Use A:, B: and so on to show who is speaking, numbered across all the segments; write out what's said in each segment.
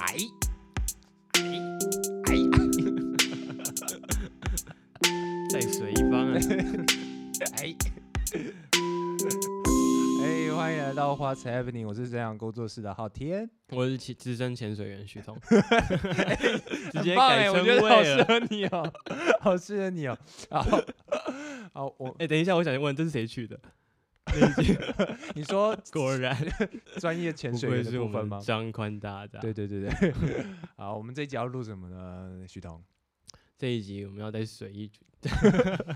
A: 哎哎哎
B: 在水一方 啊，
A: 哎，
C: 哎，欢迎来到花池 Avenue，我是这样工作室的昊天。
B: 我是其资深潜水员徐 彤，直
C: 很
B: 接
C: 棒
B: 改
C: 哎
B: 称
C: 我觉得好
B: 谓
C: 适
B: 了。
C: 合你哦， 好适合你哦。好，好，我
B: 哎、等一下，我想问这是谁 取的？
C: 你说
B: 果然
C: 专业潜
B: 不
C: 水
B: 愧
C: 员的
B: 是我
C: 部分
B: 们
C: 吗？
B: 张宽大大。
C: 对，对对对。 好，我们这一集要录什么呢？徐彤，
B: 这一集我们要在水一 局，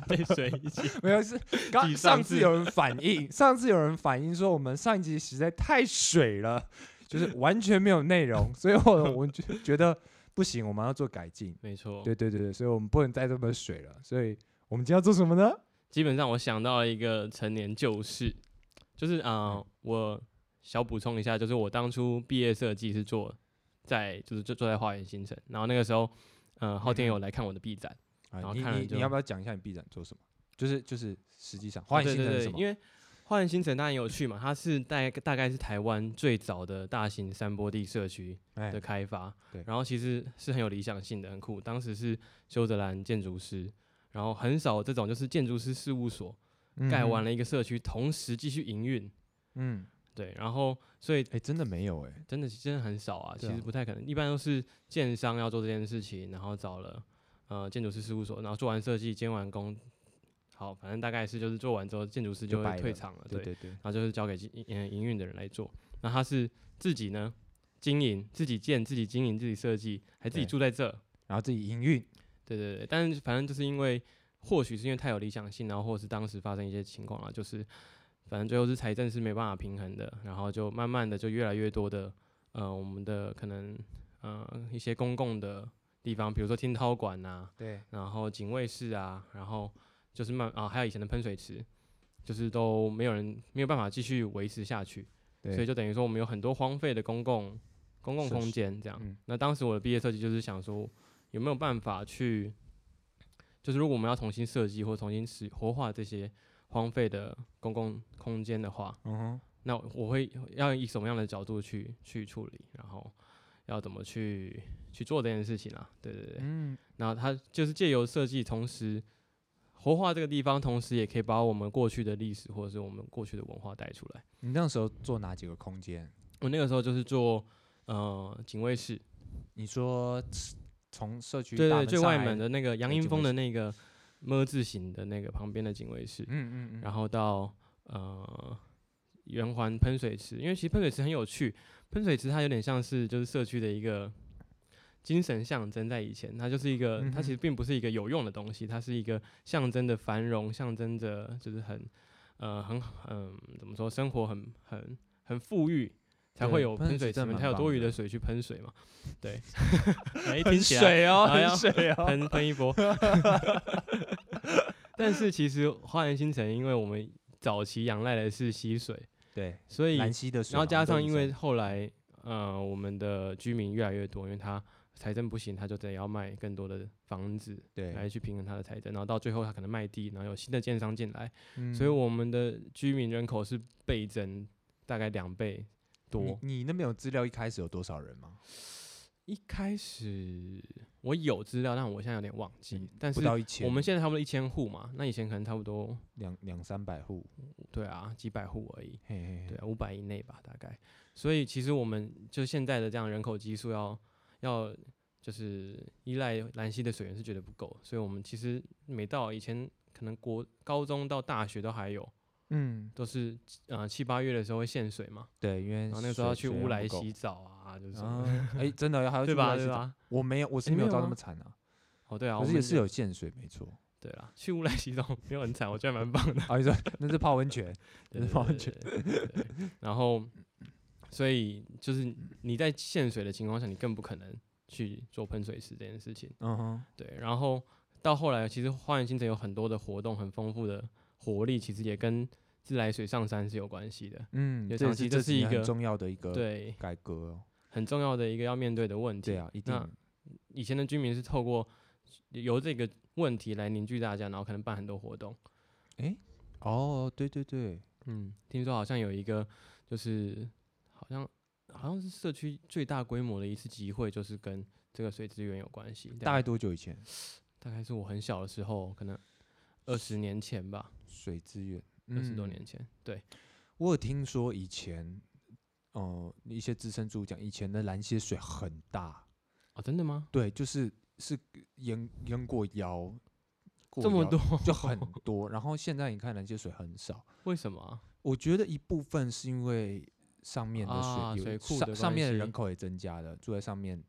B: 在水一集，
C: 没有是刚
B: 继上
C: 上次
B: 次
C: 有人反映， 上次有人反映说我们上一集实在太水了，就是完全没有 内容，所以我我就觉得不行，我们要做改进。
B: 没错。
C: 对对对对，所以我们不能再这么水了。所以我们今天要做什么呢？
B: 基本上我想到一个成年旧事，就是啊、
C: 嗯
B: 呃我小补充一下，就是我当初毕业设计是做在就是就做在花园新城，然后那个时候，呃，昊
C: 嗯
B: 天有来看我的 B 展，然
C: 啊，
B: 后
C: 你
B: 看了
C: 你
B: 就哦
C: 你要不要讲一下你臂展做什么？就是就是实际上花
B: 对
C: 园新
B: 对
C: 城是
B: 对
C: 什么？
B: 因为花园新城当然有趣嘛，它是大概大概是台湾最早的大型山坡地社区
C: 哎
B: 的开发，
C: 对
B: 然后其实是很有理想性的，很酷。当时是修泽兰建筑师，然后很少这种就是建筑师事务所盖完
C: 了，
B: 了一个社区，同时继续营运。
C: 嗯，
B: 对，然后所以
C: 哎、真的没有哎、
B: 真的是真的很少啊，其
C: 对
B: 实
C: 啊
B: 不太可能，一般都是建商要做这件事情，然后找了呃建筑师事务所，然后做完设计、监完工，好，反正大概是就是做完之后，建筑师
C: 就
B: 就
C: 掰
B: 会退
C: 了
B: 场了，
C: 对对对，
B: 然后就是交给经嗯营运的人来做。那他是自己呢经营、自己建、自己经营、自己设计，还自己
C: 对
B: 住在这，
C: 然后自己营运，
B: 对对对，但是反正就是因为，或许是因为太有理想性，然后或是当时发生一些情况啊，就是反正最后是财政是没办法平衡的，然后就慢慢的就越来越多的呃我们的可能呃一些公共的地方，比如说听涛馆啊，
C: 对，
B: 然后警卫室啊，然后就是慢啊还有以前的喷水池，就是都没有人没有办法继续维持下去，
C: 对
B: 所以就等于说我们有很多荒废的公共公共
C: 设
B: 空
C: 施
B: 间这样。
C: 嗯
B: 那当时我的毕业设计就是想说，有没有办法去，就是如果我们要重新设计或重新使活化这些荒废的公共空间的话，
C: 嗯哼，
B: 那我会要以什么样的角度去去处理，然后要怎么去去做这件事情啊？对对对。
C: 嗯，
B: 然后它就是借由设计，同时活化这个地方，同时也可以把我们过去的历史或者是我们过去的文化带出来。
C: 你那时候做哪几个空间？
B: 我那个时候就是做呃警卫室，
C: 你说从社区
B: 对
C: 大
B: 对，
C: 门
B: 最
C: 上
B: 外
C: 来
B: 门，的那个杨
C: 对
B: 英
C: 警
B: 峰
C: 卫
B: 的
C: 室
B: 那个么字形的那个旁边的警卫室，
C: 嗯嗯嗯，
B: 然后到呃圆环喷水池，因为其实喷水池很有趣，喷水池它有点像是就是社区的一个精神象征，在以前它就是一个，它
C: 嗯哼
B: 其实并不是一个有用的东西，它是一个象征着繁荣，象征着就是很呃很嗯、怎么说，生活很很很富裕。才
C: 对
B: 会有
C: 喷
B: 喷
C: 水
B: 水
C: 真
B: 池嘛，
C: 蛮
B: 才有
C: 棒
B: 多余
C: 的
B: 的水去喷水嘛。对， 哎，
C: 很
B: 听起来
C: 水哦，
B: 哎呀
C: 很 水哦，
B: 喷喷一波。但是其实花园新城，因为我们早期仰赖的是溪水，
C: 对，
B: 所以
C: 南
B: 然
C: 溪的水，
B: 后加
C: 好像
B: 上
C: 都
B: 因
C: 以
B: 为
C: 前
B: 后来呃我们的居民越来越多，因为他财政不行，他就得要卖更多的房子来
C: 对，
B: 去平衡他的财政，然后到最后他可能卖地，然后有新的建商进来，
C: 嗯
B: 所以我们的居民人口是倍增，大概两倍
C: 你
B: 多。
C: 你那边有资料一开始有多少人吗？
B: 一开始我有资料，但我现在有点忘记，但
C: 嗯不
B: 是
C: 到一千，
B: 我们现在差不多一千户嘛，那以前可能差不多，
C: 两两三百户，
B: 对啊，几百户而已，
C: 嘿嘿嘿，
B: 对、啊，五百以内吧，大概。所以其实我们就现在的这样人口基数要要就是依赖兰溪的水源是绝对不够，所以我们其实每到以前可能国高中到大学都还有，
C: 嗯，
B: 都是呃七八月的时候会限水嘛，
C: 对，因为
B: 然后那个时候要
C: 水
B: 去
C: 水
B: 乌
C: 量
B: 来
C: 不够
B: 洗澡啊，就是什
C: 啊
B: 么，，
C: 哎，真的还要去
B: 对
C: 乌
B: 吧
C: 来
B: 对
C: 洗澡？
B: 吧？
C: 我没有，我
B: 诶
C: 是没
B: 没
C: 有
B: 有
C: 到
B: 吗
C: 那么惨啊，
B: 哦对啊，
C: 可
B: 我
C: 是
B: 们
C: 也
B: 的
C: 是有限水，没错。
B: 对啦，去乌来洗澡没有很惨，我觉得蛮棒的。
C: 啊，你说那是 泡温泉，
B: 对
C: 是
B: 对
C: 完
B: 对
C: 全
B: 对对对然后，所以就是你在限水的情况下，你更不可能去做喷水池这件事情。
C: 嗯哼，
B: 对，然后到后来，其实花园新城有很多的活动，很丰富的活力，其实也跟自来水上山是有关系的。
C: 嗯，
B: 有
C: 这也
B: 长期
C: 是
B: 这
C: 这
B: 是
C: 几
B: 一
C: 年很
B: 个
C: 重要的一个
B: 对，
C: 改革哦，
B: 很重要的一个要面对的问题。
C: 对啊，一
B: 那
C: 定
B: 以前的居民是透过由这个问题来凝聚大家，然后可能办很多活动。
C: 哦，对对对，
B: 嗯，听说好像有一个就是好像好像是社区最大规模的一次集会，就是跟这个水资源有关系。
C: 大概
B: 概
C: 多久以前？
B: 大概是我很小的时候，可能二十年前吧，
C: 水资源，
B: 二十多
C: 嗯
B: 年前。对，
C: 我有听说以前，哦、一些资深主讲，以前的蓝溪水很大，
B: 哦，真的吗？
C: 对，就是是淹淹过腰，过
B: 这么
C: 腰
B: 多，
C: 就很多。然后现在你看蓝溪水很少，
B: 为什么啊？
C: 我觉得一部分是因为上面的水、
B: 啊
C: 有
B: 水库
C: 上
B: 的
C: 上
B: 关
C: 面的人
B: 系
C: 口也增加了，住在上面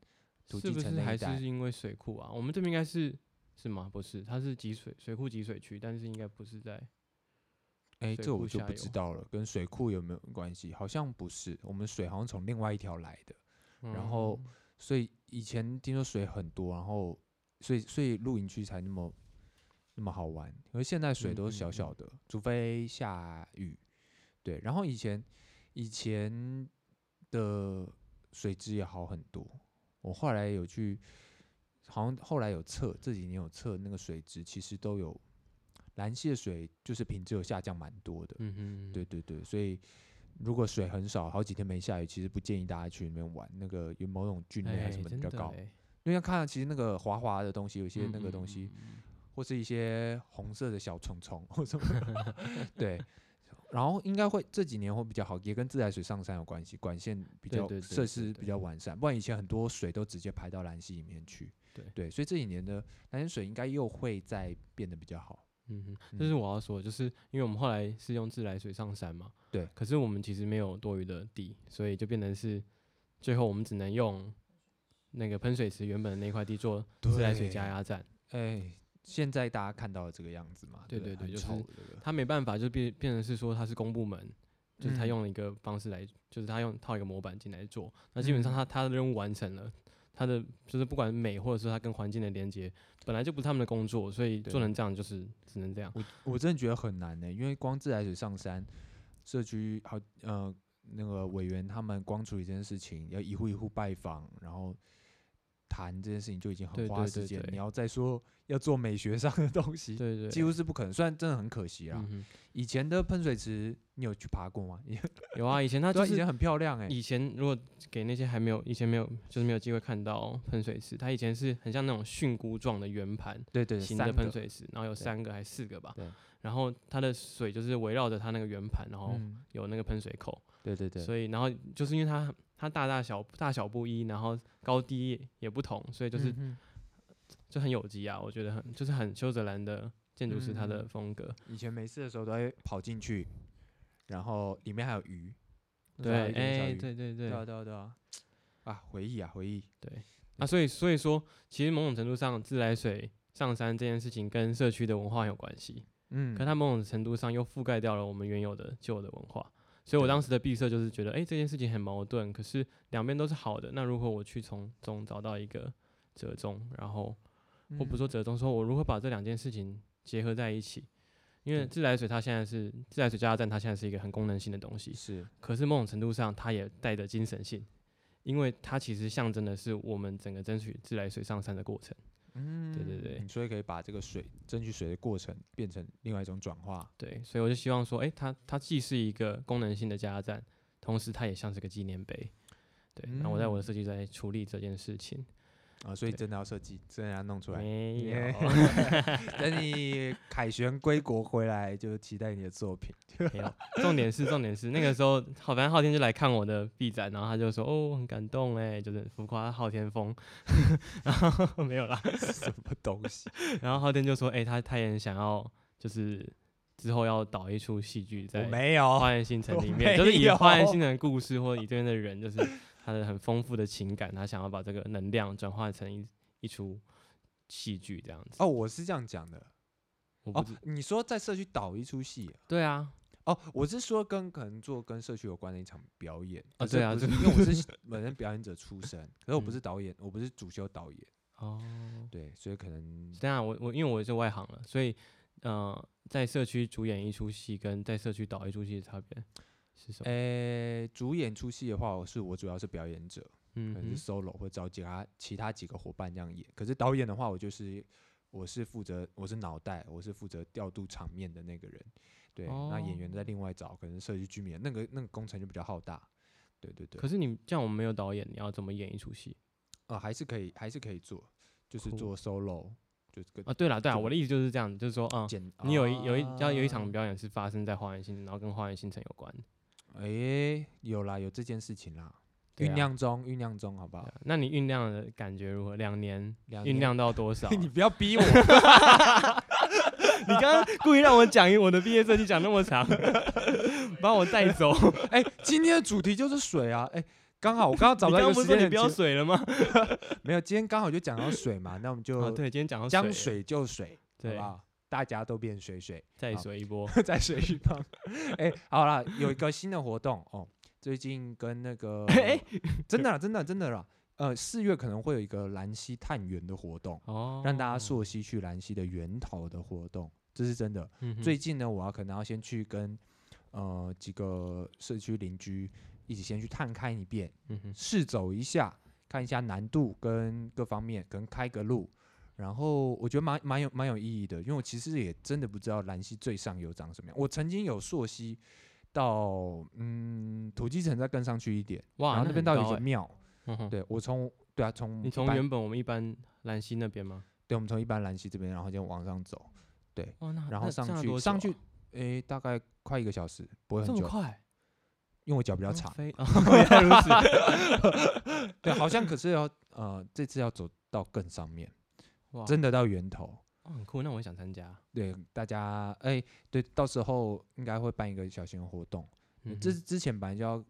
C: 土
B: 是
C: 地
B: 不
C: 城
B: 是
C: 那
B: 还
C: 一带
B: 是因为水库啊？我们这边应该是是吗？不是，它是集水水库集水区，但是应该不是在
C: 哎，
B: 水
C: 这我
B: 库
C: 就
B: 下
C: 不知
B: 游
C: 道了，跟水库有没有关系？好像不是，我们水好像从另外一条来的，然后
B: 嗯
C: 所以以前听说水很多，然后所以所以露营区才那么那么好玩，可是现在水
B: 嗯
C: 都是小
B: 嗯
C: 小的，除非下雨。对，然后以前以前的水质也好很多，我后来有去，好像后来有测这几年有测那个水质，其实都有蓝溪的水就是品质有下降蛮多的。
B: 嗯哼，
C: 对对对，所以如果水很少，好几天没下雨，其实不建议大家去那边玩。那个有某种菌类还
B: 哎，
C: 是什么
B: 真
C: 比较
B: 的
C: 高，
B: 哎
C: 因为要看到其实那个滑滑的东西，有一些那个东西，，
B: 嗯嗯嗯嗯
C: 或是一些红色的小虫虫或什么， 对。然后应该会这几年会比较好，也跟自来水上山有关系，管线比
B: 对
C: 较
B: 对对
C: 设
B: 对
C: 施比
B: 对
C: 较完善，不然以前很多水都直接排到兰溪里面去。
B: 对
C: 对，所以这几年的蓝溪水应该又会再变得比较好。
B: 嗯哼，这是我要说的，就是因为我们后来是用自来水上山嘛，
C: 对
B: 可是我们其实没有多余的地，所以就变成是最后我们只能用那个喷水池原本的那块地做自来水加
C: 对
B: 压站，
C: 哎，现在大家看到的这个样子嘛，
B: 对
C: 对
B: 对对
C: 很
B: 就是
C: 丑的这个
B: 它没办法就变变成是说它是公部门。就是他
C: 嗯
B: 用了一个方式来，就是他用套一个模板进来做，那基本上
C: 嗯
B: 他他的任务完成了，他的就是不管美或者是他跟环境的连接，本来就不是他们的工作，所以
C: 对
B: 做成这样就是只能这样。
C: 我我真的觉得很难呢、因为光自来水上山，社区好呃那个委员他们光处理这件事情，要一户一户拜访，然后谈这件事情就已经很
B: 对
C: 花
B: 对
C: 时
B: 对
C: 间。
B: 对
C: 你要再说要做美学上的东西，
B: 对对，
C: 几乎是不可能。虽然真的很可惜啦，
B: 嗯
C: 以前的喷水池你有去爬过吗？ 也
B: 哼有啊，以前他
C: 对
B: 就
C: 啊，以
B: 是
C: 前很漂亮哎、
B: 以前如果给那些还没有以前没有就是没有机会看到喷水池，它以前是很像那种蕈菇状的圆盘
C: 对对对，
B: 型
C: 三
B: 的喷
C: 个，
B: 水池，然后有
C: 对
B: 三个还是四个吧
C: 对，
B: 然后它的水就是围绕着它那个圆盘，然后
C: 嗯，
B: 有那个喷水口，
C: 对对对，
B: 所以然后就是因为它它大大小大小不一，然后高低也不同，所以就是、
C: 嗯
B: 就很有机啊，我觉得很就是很修泽兰的建筑师他
C: 嗯
B: 的风格，
C: 哼以前没事的时候都会跑进去，然后里面还有鱼，那时
B: 对
C: 候还有，一点小
B: 哎、
C: 鱼
B: 对对对
C: 对啊，对啊，对啊，啊，回忆啊，回忆，
B: 对啊，所以所以说，其实某种程度上，自来水上山这件事情跟社区的文化很有关系，
C: 嗯
B: 可它某种程度上又覆盖掉了我们原有的旧的文化。所以我
C: 对
B: 当时的闭塞就是觉得，哎、这件事情很矛盾，可是两边都是好的。那如果我去从中找到一个折中，然后
C: 嗯
B: 或不说折中，说我如何把这两件事情结合在一起？因为
C: 对
B: 自来水它现在是自来水加油站，它现在是一个很功能性的东西，
C: 是，
B: 可是某种程度上，它也带着精神性，因为它其实象征的是我们整个争取自来水上山的过程。
C: 嗯
B: 对对对
C: 你所以可以把这个水争取水的过程变成另外一种转化，
B: 对，所以我就希望说，诶，它它既是一个功能性的加油站，同时它也像是个纪念碑。对，那我在我的设计在处理这件事情，
C: 啊，所以
B: 对
C: 真的要设计，真的要弄出来。
B: 没有
C: 等你凯旋归国回来，就期待你的作品。
B: 没有。重点是重点是那个时候，好，反正昊天就来看我的 B 展，然后他就说，哦，我很感动哎，就是浮夸昊天风， 然后 没有啦，
C: 什么东西？
B: 然后昊天就说：“哎、他他也很想要，就是之后要导一出戏剧
C: 我
B: 在
C: 没有，
B: 花园新城
C: 我
B: 里
C: 没
B: 面，就是以
C: 有
B: 花 园新城的故事或者以这边的人，就是他的很丰富的情感，他想要把这个能量转化成一一出戏剧这样子。
C: 哦，我是这样讲的。
B: 我不
C: 哦
B: 知、，
C: 你说在社区导一出戏啊、
B: 对啊，
C: 哦，我是说跟可能做跟社区有关的一场表演
B: 啊
C: 可是
B: 对啊
C: 不
B: 这
C: 是因为我 是本身表演者出身，可是我不
B: 嗯
C: 是导演，我不是主修导演，
B: 哦，
C: 对，所以可能
B: 这样我我因为我是外行了，所以呃，在社区主演一出戏跟在社区导一出戏的差别是什么？
C: 诶、主演出戏的话，我是我主要是表演者，可
B: 嗯
C: 能
B: 哼，
C: 是 solo 或找其他其他几个伙伴这样演。可是导演的话，我就是我是负责我是脑袋，我是负责调度场面
B: 哦
C: 的那个人。对，那演员再另外找，可能社区居民那个那个工程就比较浩大。对对对，
B: 可是你这样我们没有导演，你要怎么演一出戏
C: 呃还是可以还是可以做，就是
B: 酷
C: 做 solo，就是跟
B: 啊？对了对了，
C: 就
B: 我的意思就是这样，就是说啊、
C: 简
B: 你有一有一要有一
C: 啊
B: 场表演是发生在花园新城，然后跟花园新城有关。
C: 诶，有啦，有这件事情啦，
B: 对
C: 酝
B: 啊
C: 酿中，酝酿中，好不好
B: 对？啊那你酝酿的感觉如何？两年
C: 两
B: 酝
C: 年
B: 酿到多少 啊？
C: 你不要逼我，
B: 你刚刚故意让我讲一我的毕业设计讲那么长， 把我带走。
C: 哎、今天的主题就是水啊，哎、刚好我刚刚找
B: 你
C: 不
B: 刚刚
C: 到一
B: 不是
C: 个时
B: 说
C: 间
B: 你
C: 点
B: 不要
C: 切入，
B: 水了吗？
C: 没有，今天刚好就讲到水嘛，那我
B: 啊，
C: 们就
B: 对，今天讲到
C: 嗯江
B: 水了，
C: 水救水，好
B: 对
C: 不，好？大家都变水水，
B: 再
C: 好
B: 水一波。
C: 在水一方。哎、好啦，有一个新的活动哦，最近跟那个，
B: 哎
C: 真的啦，真的真的啦，呃，四月可能会有一个兰溪探源的活动，
B: 哦，
C: 让大家溯溪去兰溪的源头的活动，这是真的。
B: 嗯哼
C: 最近呢，我要可能要先去跟呃几个社区邻居一起先去探看一遍，
B: 嗯哼
C: 试走一下，看一下难度跟各方面，可能开个路。然后我觉得蛮蛮有蛮有意义的，因为我其实也真的不知道兰溪最上游长什么样。我曾经有溯溪到嗯土鸡城再更上去一点，
B: 哇
C: 然后
B: 那
C: 那边
B: 很
C: 到有
B: 高
C: 一个
B: 欸
C: 庙，
B: 嗯哼，
C: 对我从对啊从
B: 你
C: 一
B: 从
C: 般
B: 原本我们一般兰溪那边吗？
C: 对我们从一般兰溪这边，然后就往上走，
B: 哇，那
C: 哦然
B: 啊
C: 后
B: 那
C: 上
B: 这样
C: 去
B: 多
C: 上
B: 久啊
C: 去诶大概快一个小时，不会
B: 啊这
C: 很
B: 么
C: 久，
B: 快，
C: 因为我脚比较
B: 哦
C: 长。
B: 飞 啊，原来如此。
C: 对，好像可是要呃，这次要走到更上面，
B: 哇，
C: 真的到源头。
B: 哇很酷，那我也想参加。
C: 对大家，哎、对，到时候应该会办一个小型的活动。
B: 嗯
C: 呃这
B: 哼
C: 是之前本来就要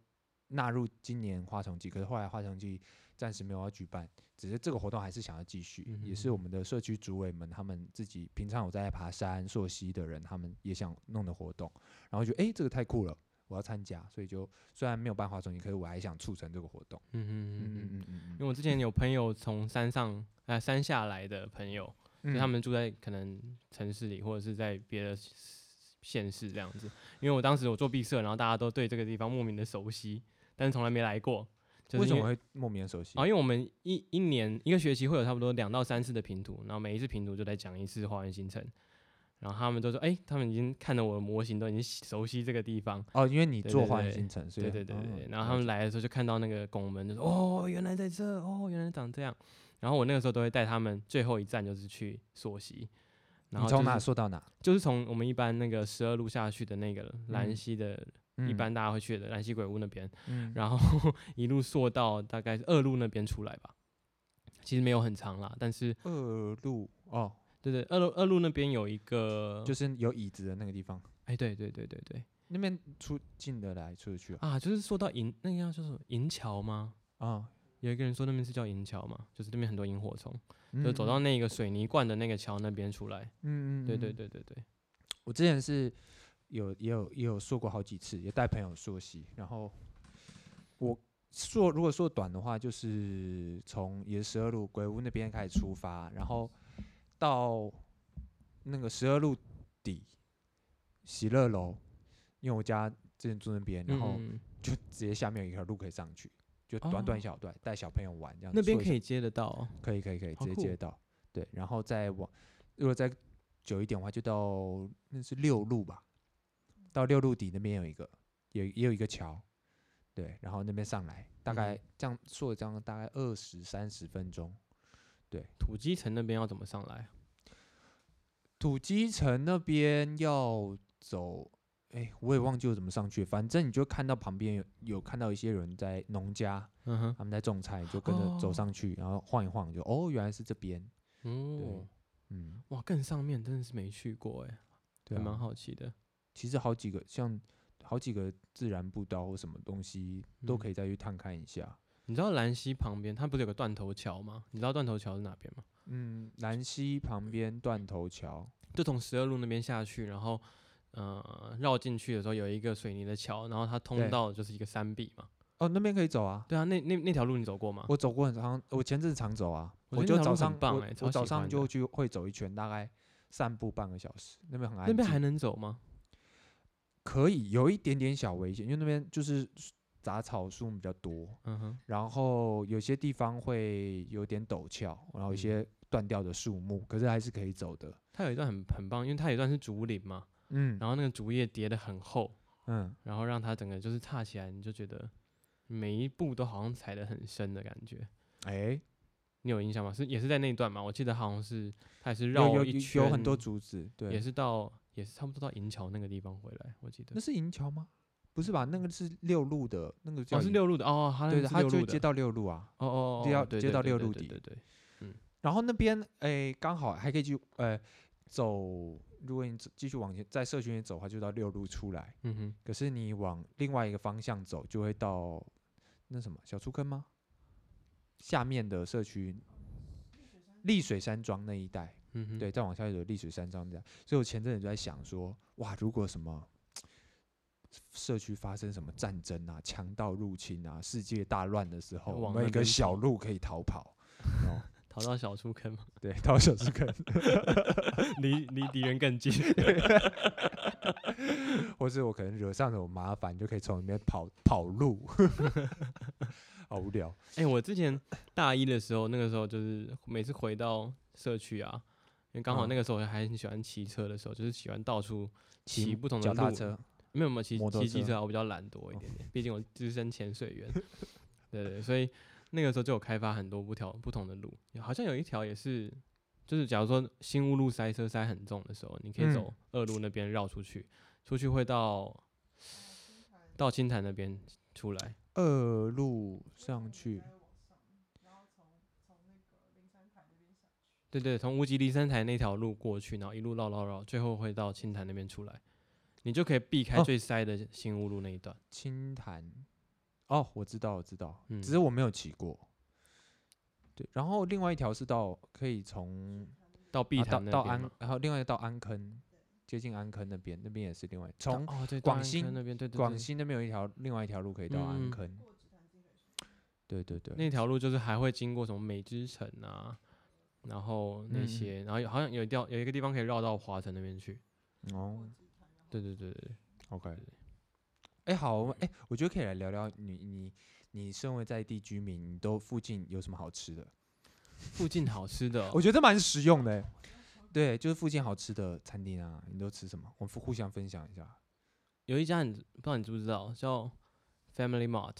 C: 纳入今年花城季，可是后来花城季暂时没有要举办，只是这个活动还是想要继续。
B: 嗯
C: 也是我们的社区主委们，他们自己平常有在爬山、溯溪的人，他们也想弄的活动，然后就哎、这个太酷了，我要参加。所以就虽然没有办花城季，可是我还想促成这个活动。
B: 嗯哼嗯
C: 嗯
B: 嗯嗯，
C: 嗯嗯
B: 因为我之前有朋友从山上呃山下来的朋友，
C: 嗯
B: 就他们住在可能城市里，或者是在别的 s- 县市这样子。因为我当时我做毕设，然后大家都对这个地方莫名的熟悉，但是从来没来过。就是、
C: 为什么？会莫名地熟悉？
B: 啊，因为我们一一年一个学期会有差不多两到三次的平图，然后每一次平图就在讲一次花园新城，然后他们都说，哎、他们已经看了我的模型，都已经习熟悉这个地方，
C: 哦，因为你
B: 对
C: 做
B: 对
C: 花园
B: 对
C: 新城，所以
B: 对对对
C: 哦
B: 对。然后
C: 了
B: 他们
C: 解
B: 来的时候就看到那个拱门，就说：“哦，原来在这，哦，原来长这样。”然后我那个时候都会带他们，最后一站就是去溯溪。然
C: 你
B: 后就
C: 从哪
B: 是
C: 说到哪？
B: 就是从我们一般那个十二路下去的那个
C: 嗯
B: 兰溪的，一
C: 嗯
B: 般大家会去的兰溪鬼屋那边，
C: 嗯
B: 然后 一路溯到大概是二路那边出来吧。其实没有很长啦，但是
C: 二路哦，
B: 对对，二路二路那边有一个，
C: 就是有椅子的那个地方，
B: 哎，对对对对对
C: 那边出进得来出得去啊。
B: 啊，就是说到银那个叫做什么银桥吗？
C: 啊，
B: 有一个人说那边是叫银桥嘛，就是那边很多萤火虫，
C: 嗯
B: 就走到那个水泥罐的那个桥那边出来。
C: 嗯嗯，
B: 对对
C: 嗯，
B: 对对对，
C: 我之前是有也有也有说过好几次，也带朋友溯溪，然后我溯如果溯短的话，就是从也是十二路鬼屋那边开始出发，然后到那个十二路底喜乐楼，因为我家之前住那边，然
B: 嗯
C: 后
B: 哦嗯嗯
C: 就直接下面有一条路可以上去，就短短一小段，带小朋友玩这样。
B: 那边
C: 坐一
B: 可
C: 下
B: 以接得到哦、
C: 可以可以可以
B: 好
C: 直接接
B: 酷
C: 得到，对，然后再往如果再久一点的话，就到那是六路吧，到六路底那边有一个，也也有一个桥，对，然后那边上来，大概
B: 嗯
C: 这样坐这样大概二十三十分钟。
B: 土鸡城那边要怎么上来？
C: 土鸡城那边要走，哎、我也忘记我怎么上去，反正你就看到旁边有有看到一些人在农家，
B: 嗯哼，
C: 他们在种菜，就跟着走
B: 哦
C: 上去，然后晃一晃，就哦，原来是这边，
B: 哦，
C: 嗯，
B: 哇，更上面真的是没去过哎、
C: 对、
B: 还蛮
C: 啊，
B: 好奇的。
C: 其实好几个像好几个自然步道或什么东西
B: 嗯
C: 都可以再去探看一下。
B: 你知道兰溪旁边它不是有个断头桥吗？你知道断头桥是哪边吗？
C: 嗯，南溪旁边断头桥，
B: 就从十二路那边下去，然后呃绕进去的时候有一个水泥的桥，然后它
C: 对
B: 通道就是一个山壁嘛。
C: 哦，那边可以走啊。
B: 对啊，那那那条路你走过吗？
C: 我走过很长，我前阵子常走啊，
B: 我觉得
C: 就
B: 那条
C: 早
B: 路很
C: 上
B: 棒
C: 啊我
B: 欸超
C: 我早
B: 喜
C: 上
B: 欢
C: 就
B: 的
C: 去会走一圈，大概散步半个小时，那边很安
B: 那
C: 静。
B: 边还能走吗？
C: 可以有一点点小危险，因为那边就是杂草树木比较多，
B: 嗯哼，
C: 然后有些地方会有点陡峭，然后有
B: 嗯
C: 些断掉的树木，可是还是可以走的。
B: 它有一段很很棒，因为它有一段是竹林嘛，
C: 嗯
B: 然后那个竹叶叠得很厚，
C: 嗯，
B: 然后让它整个就是踏起来，你就觉得每一步都好像踩得很深的感觉。
C: 哎、
B: 你有印象吗？是也是在那一段嘛？我记得好像是他也是
C: 有有
B: 绕一
C: 有
B: 圈，
C: 有很多，竹子，
B: 也
C: 对，
B: 是到也是差不多到银桥那个地方回来，我记得
C: 那。是银桥吗？不是吧？那个是六路的，那个叫
B: 哦，是
C: 银
B: 六路的哦，他那
C: 对
B: 个
C: 的，
B: 是
C: 它
B: 六
C: 就
B: 路
C: 会接
B: 的
C: 到六路啊。
B: 哦哦哦，
C: 接到
B: 对
C: 接
B: 对
C: 到
B: 对
C: 六
B: 对
C: 路
B: 对
C: 底
B: 对对，
C: 然后那边哎，刚好还可以去呃走，如果你走继续往前在社区里走的话，就到六路出来。
B: 嗯哼，
C: 可是你往另外一个方向走，就会到那什么小猪坑吗？下面的社区丽水山庄那一带，
B: 嗯哼，
C: 对，再往下走丽水山庄这样。所以我前阵子就在想说，哇，如果什么社区发生什么战争啊、强盗入侵啊、世界大乱的时候，我
B: 往
C: 们有
B: 那
C: 一个
B: 边
C: 小
B: 跑
C: 路可以逃跑。哦，
B: 逃到小树坑嘛，
C: 对，到小猪坑，
B: 离离敌人更近。
C: 或是我可能惹上什么麻烦，就可以从里面跑跑路， 好无聊。
B: 哎、我之前大一的时候，那个时候就是每次回到社区啊，因为刚好
C: 嗯
B: 那个时候还很喜欢骑车的时候，就是喜欢到处骑不同的
C: 脚踏
B: 路
C: 车，
B: 没有没有骑
C: 摩托
B: 骑机
C: 车
B: 车啊，我比较懒惰一点 点，毕竟我资深潜水员。 对对，所以那个时候就有开发很多不条不同的路，好像有一条也是，就是假如说新屋路塞车塞很重的时候，你可以
C: 嗯
B: 走二路那边绕出去，出去会到到青潭那边出来。
C: 二路上去，
B: 对对，从无极离山台那条路过去，然后一路绕绕绕，最后会到青潭那边出来，你就可以避开
C: 哦
B: 最塞的新屋路那一段。
C: 青潭。哦，我知道，我知道，
B: 嗯
C: 只是我没有骑过。对，然后另外一条是到可以从
B: 到碧
C: 啊
B: 潭那
C: 到到
B: 边
C: 安
B: 嘛，
C: 然后另外一个到安坑，接近安坑那边，那边也是另外
B: 到
C: 从
B: 哦对到
C: 广
B: 安坑
C: 兴
B: 那边，对对
C: 广
B: 对
C: 西那边有一条另外一条路可以到
B: 嗯嗯
C: 安
B: 嗯
C: 坑。对对对，
B: 那条路就是还会经过什么美之城啊，然后那
C: 嗯嗯
B: 些，然后有好像有一条有一个地方可以绕到华城那边去。
C: 哦
B: 对对对对，
C: ，OK。哎、好，我们哎、我觉得可以来聊聊你你你身为在地居民，你都附近有什么好吃的？
B: 附近好吃的 哦、
C: 我觉得蛮实用的欸、对，就是附近好吃的餐厅啊，你都吃什么？我们互互相分享一下。
B: 有一家你不知道你知不知道叫 Family Mart，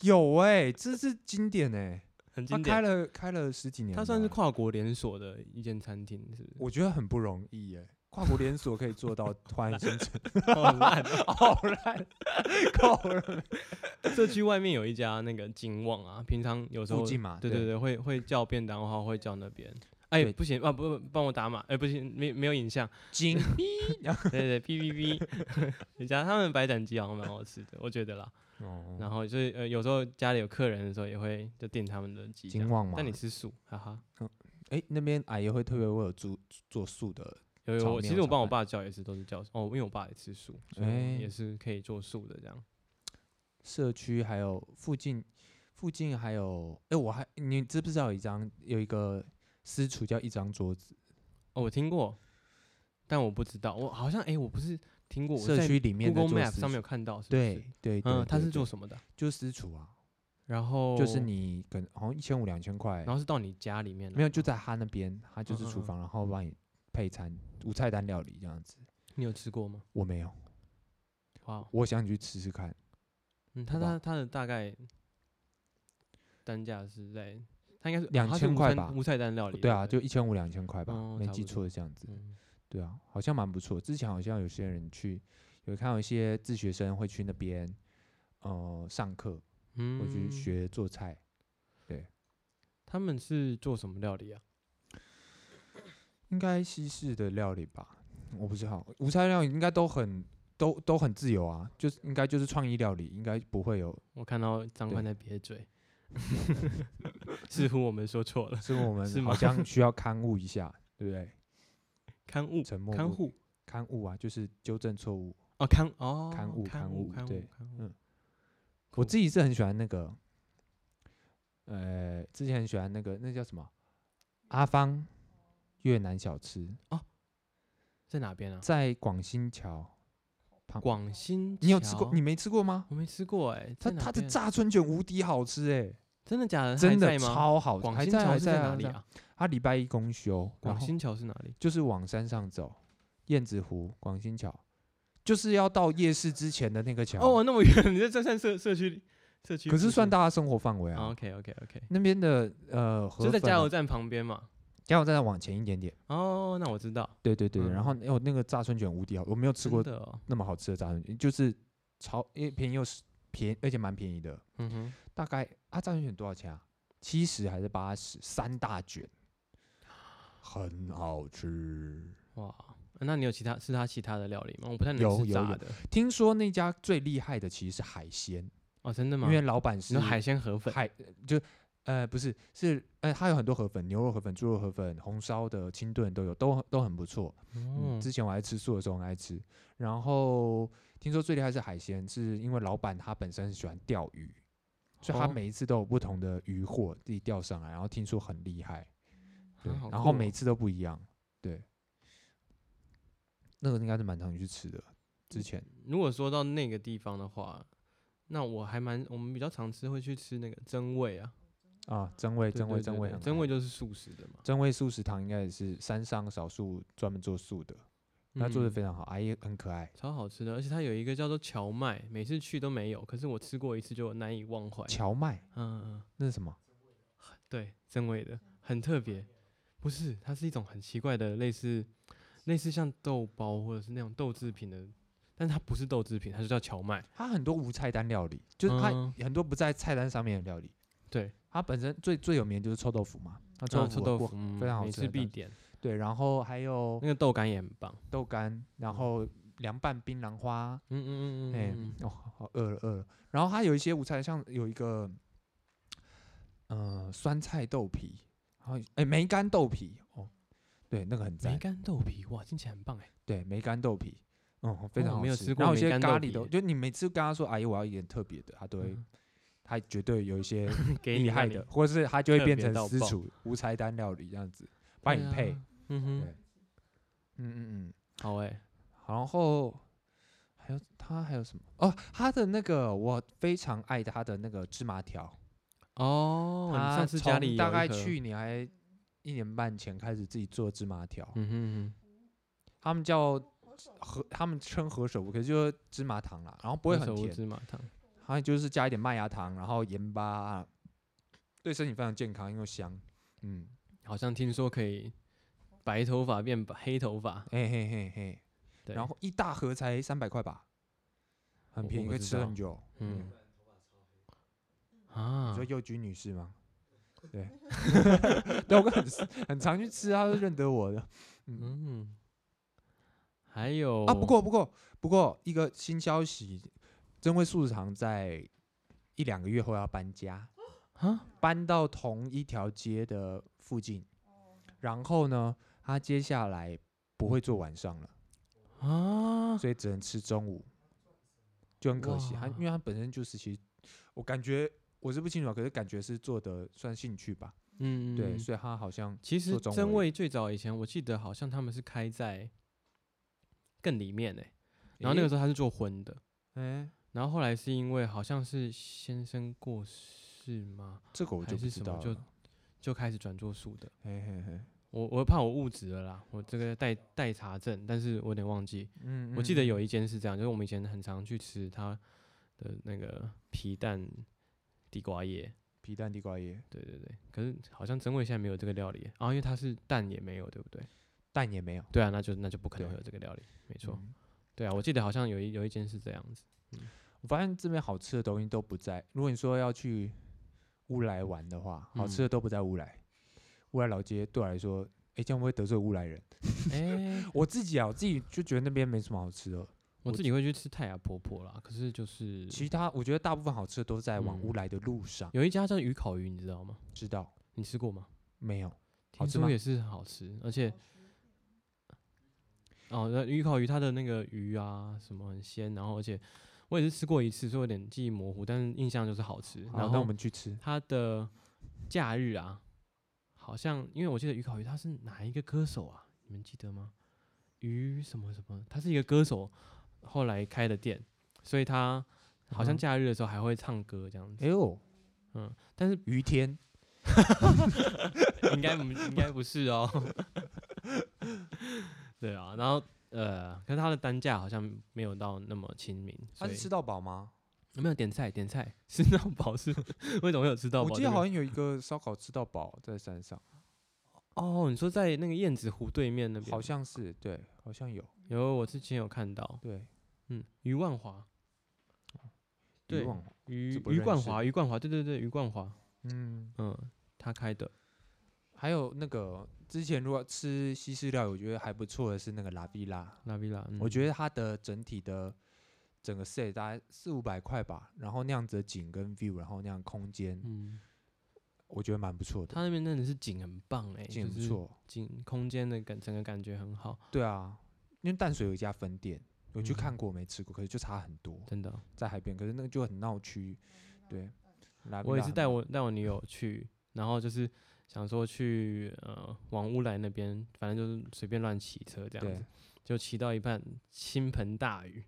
C: 有哎、这是经典哎、
B: 很
C: 他
B: 经
C: 开
B: 典，
C: 了开了十几年了
B: 它
C: 欸，
B: 算是跨国连锁的一间餐厅，是不是？
C: 我觉得很不容易哎、跨国连锁可以做到突然形成
B: 好烂哦
C: 好烂，够了。
B: 社区外面有一家那个金旺啊，平常有时
C: 附
B: 候
C: 近嘛，
B: 对对对，会会叫便当的话会叫那边。哎、
C: 对
B: 不行啊，不不帮我打码，哎、不行，没没有影像，
C: 金
B: 对对对，哔哔哔， 人家他们白斩鸡好像蛮好吃的，我觉得啦。
C: 哦，
B: 然后就是呃，有时候家里有客人的时候也会就订他们的鸡这
C: 金
B: 样。
C: 旺嘛。
B: 但你吃素，哈哈。
C: 哎、那边阿姨会特别为我做做素的，
B: 有有，
C: 炒
B: 我
C: 面
B: 其实我
C: 炒
B: 帮我
C: 饭
B: 爸叫也是都是叫哦，因为我爸也吃素，所以我
C: 哎
B: 也是可以做素的这样。
C: 社区还有附近，附近还有，哎、我还你知不知道有一张有一个私厨叫一张桌子，
B: 哦，我听过，但我不知道，我好像哎、我不是听哦过，我
C: 社
B: 在
C: 区里面的
B: Google
C: 做
B: Map
C: 私
B: 上面
C: 厨
B: 有看到，是不是
C: 对？对，对
B: 嗯，他
C: 对
B: 是
C: 对
B: 做哦什么的？
C: 就是私厨啊，
B: 然后
C: 就是，你可能好像一千五两千块，
B: 然后是到你家里面来，
C: 没有就在他那边，他就是
B: 嗯嗯
C: 厨
B: 嗯
C: 房，然后帮你配餐，无菜单料理这样子。
B: 你有吃过吗？
C: 我没有，
B: 哇哦，
C: 我想去吃吃看，
B: 嗯，他
C: 好吧
B: 他他的大概单价是在，他应该是哦
C: 2000
B: 它是无
C: 块
B: 菜
C: 吧
B: 无菜单料理。
C: 对啊，
B: 不
C: 就一千五两千块吧，
B: 哦
C: 没
B: 差
C: 记
B: 不多
C: 错是这样子。
B: 嗯
C: 对啊，好像蛮不错。之前好像有些人去，有看到一些自学生会去那边，呃，上课
B: 嗯，
C: 或去学做菜。
B: 他们是做什么料理啊？
C: 应该西式的料理吧，我不知道。无菜料理应该都很都都很自由啊，就是应该就是创意料理，应该不会有。
B: 我看到张
C: 对
B: 宽在瘪嘴， 似乎我们说错了，
C: 是我
B: 是
C: 们
B: 吗
C: 好像需要 刊物一下，对不对？
B: 刊 物
C: 沉默
B: 看
C: 不
B: 护
C: 刊物啊，就是纠正错误。
B: 哦刊哦
C: 刊物
B: 刊
C: 刊
B: 物
C: 物
B: 刊
C: 对
B: 物刊物
C: 嗯我自己是很喜欢那个，呃，之前很喜欢那个那叫什么阿芳越南小吃。
B: 在哪边啊？
C: 在广新桥旁。
B: 广新，啊
C: 你有吃过？你没吃过吗？
B: 我没吃过哎，
C: 它
B: 在哪
C: 它的
B: 边
C: 炸春卷无敌好吃哎、
B: 真的假的？还
C: 真的
B: 在吗？
C: 超好吃。
B: 广
C: 还
B: 新
C: 在
B: 桥
C: 还
B: 是
C: 在
B: 哪里？
C: 还在
B: 啊？
C: 它礼拜一公休，然
B: 广
C: 后
B: 新桥是哪里？
C: 就是往山上走，燕子湖、广新桥，就是要到夜市之前的那个桥。
B: 哦，那么远，你在这算社社区里社区附近？
C: 可是算大家生活范围啊。
B: OK OK OK，
C: 那边的呃，河
B: 哦就在
C: 粉
B: 加
C: 啊
B: 油站旁边嘛。
C: 加油站再往前一点点。
B: 哦，那我知道，
C: 对对对，
B: 嗯
C: 然后哎呦，那个炸春卷无敌好，我没有吃
B: 真
C: 过
B: 的哦。
C: 那么好吃的炸春卷，就是超因为便宜又是便宜，而且蛮便宜的，
B: 嗯哼，
C: 大概啊炸春卷多少钱啊？七十还是八十？三大卷，很好吃。
B: 哇，那你有其他吃它其他的料理吗？我不太能
C: 有
B: 吃
C: 有
B: 炸
C: 有
B: 的。
C: 听说那家最厉害的其实是海鲜，
B: 哦，真的
C: 因
B: 吗？
C: 为老板
B: 你
C: 是
B: 说海鲜河粉，
C: 海就呃不是是呃，它有很多河粉，牛肉河粉、猪肉河粉、红烧的、清炖都有，都都很不错。嗯，
B: 哦，
C: 之前我爱吃素的时候很爱吃，然后听说最厉害是海鲜，是因为老板他本身喜欢钓鱼，所以他
B: 哦
C: 每一次都有不同的渔获自己钓上来，然后听说很厉害，对，
B: 啊好
C: 然后
B: 酷
C: 每
B: 哦
C: 次都不一样，对，那个应该是蛮常去吃的。
B: 嗯
C: 之前
B: 如果说到那个地方的话，那我还蛮我们比较常吃会去吃那个真味啊，
C: 啊，真味
B: 对
C: 真
B: 对
C: 味
B: 对
C: 真味
B: 对
C: 很
B: 真
C: 好
B: 味就是素食的嘛，
C: 真味素食堂应该也是山上少数专门做素的，他做
B: 嗯
C: 的非常好，阿姨很可爱。
B: 超好吃的，而且它有一个叫做荞麦，每次去都没有，可是我吃过一次就难以忘怀。
C: 荞麦
B: 嗯，嗯，嗯
C: 那是什么？
B: 对，真味的很特别，不是，它是一种很奇怪的类似类似像豆包或者是那种豆制品的，但是它不是豆制品，它就叫荞麦。
C: 它很多无菜单料理，就是它
B: 嗯
C: 很多不在菜单上面的料理。
B: 对，
C: 它本身最最有名的就是臭豆腐嘛，它
B: 然
C: 臭
B: 后
C: 豆
B: 臭
C: 腐
B: 豆
C: 过
B: 腐嗯
C: 非常好
B: 每
C: 吃
B: 次
C: 的
B: 必
C: 但是
B: 点，
C: 对，然后还有
B: 那个豆干也很棒。
C: 豆干，然后凉拌槟榔花，
B: 嗯嗯嗯嗯
C: 哎、
B: 嗯，
C: 哦，好饿了饿了。然后它有一些无菜单，像有一个呃酸菜豆皮，然后哎梅干豆皮哦，对，那个很
B: 梅
C: 赞，
B: 干豆皮，哇，听起来很棒哎。
C: 对梅干豆皮。嗯，非
B: 哦
C: 常
B: 我
C: 好
B: 没有吃
C: 然后
B: 过
C: 有些
B: 梅干豆
C: 咖喱
B: 皮
C: 豆，
B: 耶
C: 就你每次跟他说：“阿姨，我要一点特别的。”他都会，
B: 嗯
C: 他绝对有一些
B: 给
C: 厉
B: 你
C: 害的，，或者是它就会
B: 特
C: 变
B: 别
C: 成
B: 到
C: 私
B: 爆
C: 厨无菜单料理这样子，帮你配。。
B: 嗯
C: 对
B: 哼，
C: 嗯嗯
B: 好哎、
C: 嗯，然后还有它还有什么？哦，它的那个我非常爱它的那个芝麻条，
B: 哦，你
C: 它
B: 上次家
C: 从
B: 里
C: 大
B: 有一
C: 概
B: 盒，
C: 去年还一年半前开始自己做芝麻条，
B: 嗯哼
C: 他们叫和他们称何首乌，可是就是芝麻糖啦，然后不
B: 不
C: 会很甜，
B: 芝麻糖，
C: 它就是加一点麦芽糖，然后盐巴，对身体非常健康又香。嗯，
B: 好像听说可以白头发变白黑头发，
C: 嘿嘿嘿嘿。
B: 对，
C: 然后一大盒才三百块吧，很
B: 我
C: 便
B: 我
C: 宜，
B: 不
C: 可以
B: 知
C: 吃很
B: 道
C: 久。
B: 嗯
C: 嗯，你
B: 啊
C: 说，幼居女士吗？ 对，对我很很常去吃，她都认得我的
B: 嗯，还有
C: 啊。不过不过不过，一个新消息，真味素食堂在一两个月后要搬家，
B: 啊，
C: 搬到同一条街的附近。然后呢，他接下来不会做晚上了。
B: 啊，
C: 所以只能吃中午，就很可惜。啊他因为他本身就是，其实我感觉我是不清楚啊，可是感觉是做的算兴趣吧。
B: 嗯，
C: 对，所以他好像
B: 其实
C: 做中
B: 真
C: 文
B: 味最早以前，我记得好像他们是开在更里面哎、然后那个时
C: 候，
B: 候他是做荤的，
C: 哎、
B: 然后后来是因为好像是先生过世吗，
C: 这个我
B: 还
C: 就不
B: 是
C: 知
B: 什么
C: 道
B: 就
C: 了。
B: 就开始转做素的。
C: 嘿嘿嘿，
B: 我我怕我误植了啦，我这个待待查证，但是我有点忘记。
C: 嗯
B: 我记得
C: 嗯
B: 有一间是这样，就是我们以前很常去吃它的那个皮蛋地瓜叶，
C: 皮蛋地瓜叶，
B: 对对对。可是好像真味现在没有这个料理，啊，因为它是蛋也没有，对不对？
C: 蛋也没有。
B: 对啊，那就那就不可能
C: 对
B: 会有这个料理，没错。
C: 嗯
B: 对啊，我记得好像有一有一间是这 样子，
C: 我发现这边好吃的东西都不在。如果你说要去乌来玩的话，好吃
B: 嗯
C: 的都不在乌来。乌来老街对我来说，哎、这样会不会得罪乌来人？
B: 哎、
C: 我自己啊，我自己就觉得那边没什么好吃的。
B: 我
C: 我
B: 自己会去吃泰雅婆婆啦，可是就是
C: 其他我觉得大部分好吃的都在往
B: 嗯
C: 乌来的路上，
B: 有一家叫鱼烤鱼，你知道吗？
C: 知道
B: 你吃过吗？
C: 没有？好
B: 听
C: 吃
B: 说
C: 吗
B: 也是很好吃，而且哦，那鱼烤鱼它的那个鱼啊什么很鲜，然后而且我也是吃过一次，所以有点记忆模糊，但是印象就是好吃。
C: 好，
B: 然
C: 那
B: 后
C: 我们去吃。
B: 它的假日啊，好像因为我记得鱼烤鱼它是哪一个歌手啊？你们记得吗？鱼什么什么，他是一个歌手，后来开的店，所以他好像
C: 嗯
B: 假日的时候还会唱歌这样子。
C: 哎呦，
B: 嗯，但是
C: 于天，
B: 应该不应该不是哦。对啊，然后呃，可是它的单价好像没有到那么亲民。
C: 他
B: 所以
C: 是吃到饱吗？
B: 有没有点菜？点菜吃到饱是 为什么会有吃到饱
C: 我
B: 这个？
C: 记得好像有一个烧烤吃到饱在山上，
B: 哦，你说在那个燕子湖对面那边，
C: 好像是对，好像有
B: 有我之前有看到，
C: 对。
B: 嗯，余万华，
C: 哦遗
B: 对
C: 忘
B: 余
C: 不
B: 余
C: 认
B: 冠
C: 识
B: 华，余冠华，对对对，余冠华，
C: 嗯，
B: 嗯，他开的
C: 还有那个之前如果吃西式料理，我觉得还不错的是那个拉比拉，
B: 拉比拉，
C: 我
B: 得
C: 觉得它的整体的整个 set 大概四五百块吧，然后那样子的景跟 view，然后那样空间，
B: 嗯，
C: 我觉得蛮不错的，
B: 他那边真的是景很棒哎、
C: 景
B: 就
C: 不
B: 是
C: 错。
B: 景空间的感整个感觉很好，
C: 对啊，因为淡水有一家分店，我去
B: 嗯
C: 看过，我没吃过，可是就差很多，
B: 真的。
C: 在海边，可是那个就很闹区，对。拉比
B: 我也
C: 拉
B: 是
C: 很
B: 带
C: 闹
B: 我带我女友去，然后就是想说去呃往乌来那边，反正就是随便乱骑车这样
C: 对
B: 子，就骑到一半倾盆大雨，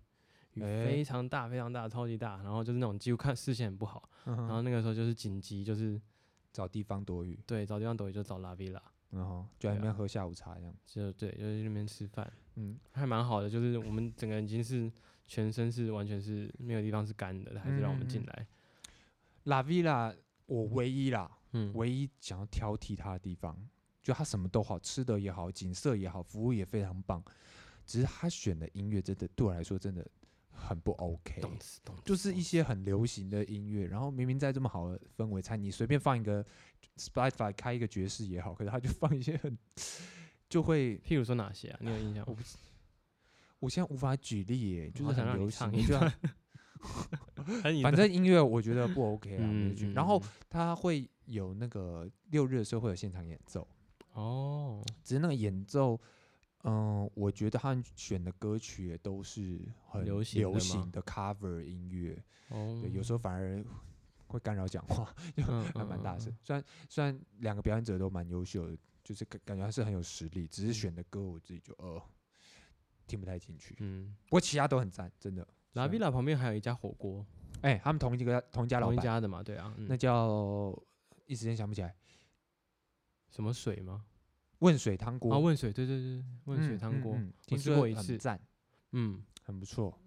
B: 雨
C: 哎
B: 非常大非常大，超级大，然后就是那种几乎看视线很不好，
C: 嗯
B: 然
C: 哼
B: 后那个时候就是紧急就是
C: 找地方躲雨，
B: 对找地方躲雨就找拉比拉，
C: 然后就在
B: 对
C: 那
B: 啊
C: 边喝下午茶这样，
B: 就对就去那边吃饭，
C: 嗯，
B: 还蛮好的，就是我们整个已经是全身是完全是没有地方是干的，还是让我们进
C: 嗯嗯
B: 来，
C: 拉比拉我唯一啦，
B: 嗯，
C: 唯一想要挑剔它的地方，就它什么都好，吃的也好，景色也好，服务也非常棒，只是他选的音乐真的对我来说真的很不 OK，
B: 动词动词
C: 就是
B: 动
C: 一些很流行的音乐，然后明明在这么好的氛围下，你随便放一个 Spotify 开一个爵士也好，可是他就放一些很就会。
B: 譬如说哪些啊？你有印 象吗？
C: 我现在无法举例耶，就
B: 好
C: 是
B: 想
C: 很
B: 让你
C: 流行
B: 唱
C: 的，
B: 一
C: 就
B: 段
C: 很
B: 还是你
C: 反
B: 的
C: 正音乐我觉得不 OK 啦，没去。然后
B: 嗯
C: 他会有那个六日的时候会有现场演奏，
B: 哦，
C: 只是那个演奏，嗯，我觉得他们选的歌曲也都是很
B: 流行的吗
C: 的 cover 音乐，
B: 哦，
C: 对，有时候反而会干扰讲话，
B: 嗯
C: 还蛮大。
B: 嗯
C: 声
B: 嗯。
C: 虽然虽然两个表演者都蛮优秀的，就是感感觉还是很有实力，只是
B: 嗯
C: 选的歌我自己就呃听不太进去。
B: 嗯，
C: 不过其他都很赞，真的。
B: 拉比
C: 拉，
B: 拉旁边还有一家火锅，
C: 哎，他们同一个啊同一家老
B: 同一
C: 板，
B: 家的嘛，对啊。嗯
C: 那叫一时间想不起来，
B: 什么水吗？
C: 问水汤锅
B: 啊，问水，对对对，问水
C: 嗯
B: 汤
C: 嗯
B: 锅，
C: 嗯
B: 我
C: 听
B: 吃
C: 说
B: 过一
C: 很
B: 次
C: 赞，
B: 嗯，
C: 很不错。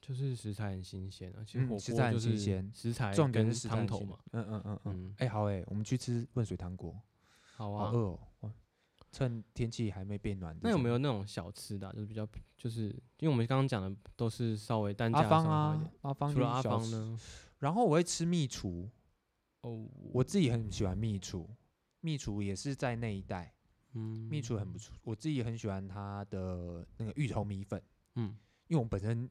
B: 就是食材很新鲜啊。其实
C: 嗯
B: 火
C: 食
B: 锅就
C: 材很新
B: 是
C: 鲜
B: 食材，
C: 重点是食材
B: 汤
C: 很
B: 头
C: 新
B: 嘛。
C: 嗯嗯嗯嗯。
B: 嗯，
C: 哎、好哎、我们去吃温水糖果，
B: 好
C: 好
B: 啊
C: 饿。哦。哇趁天气还没变暖之前，
B: 那有没有那种小吃的啊，就是比较，就是因为我们刚刚讲的都是稍微单价
C: 阿
B: 稍
C: 芳
B: 微好一
C: 啊
B: 点，？
C: 阿芳
B: 除了
C: 就是
B: 阿
C: 小
B: 芳
C: 吃？
B: 呢？
C: 然后我会吃蜜厨，
B: 哦，
C: 我自己很喜欢蜜厨，蜜厨也是在那一带，
B: 嗯，
C: 蜜厨很不错，我自己很喜欢它的那个芋头米粉，
B: 嗯，
C: 因为我本身。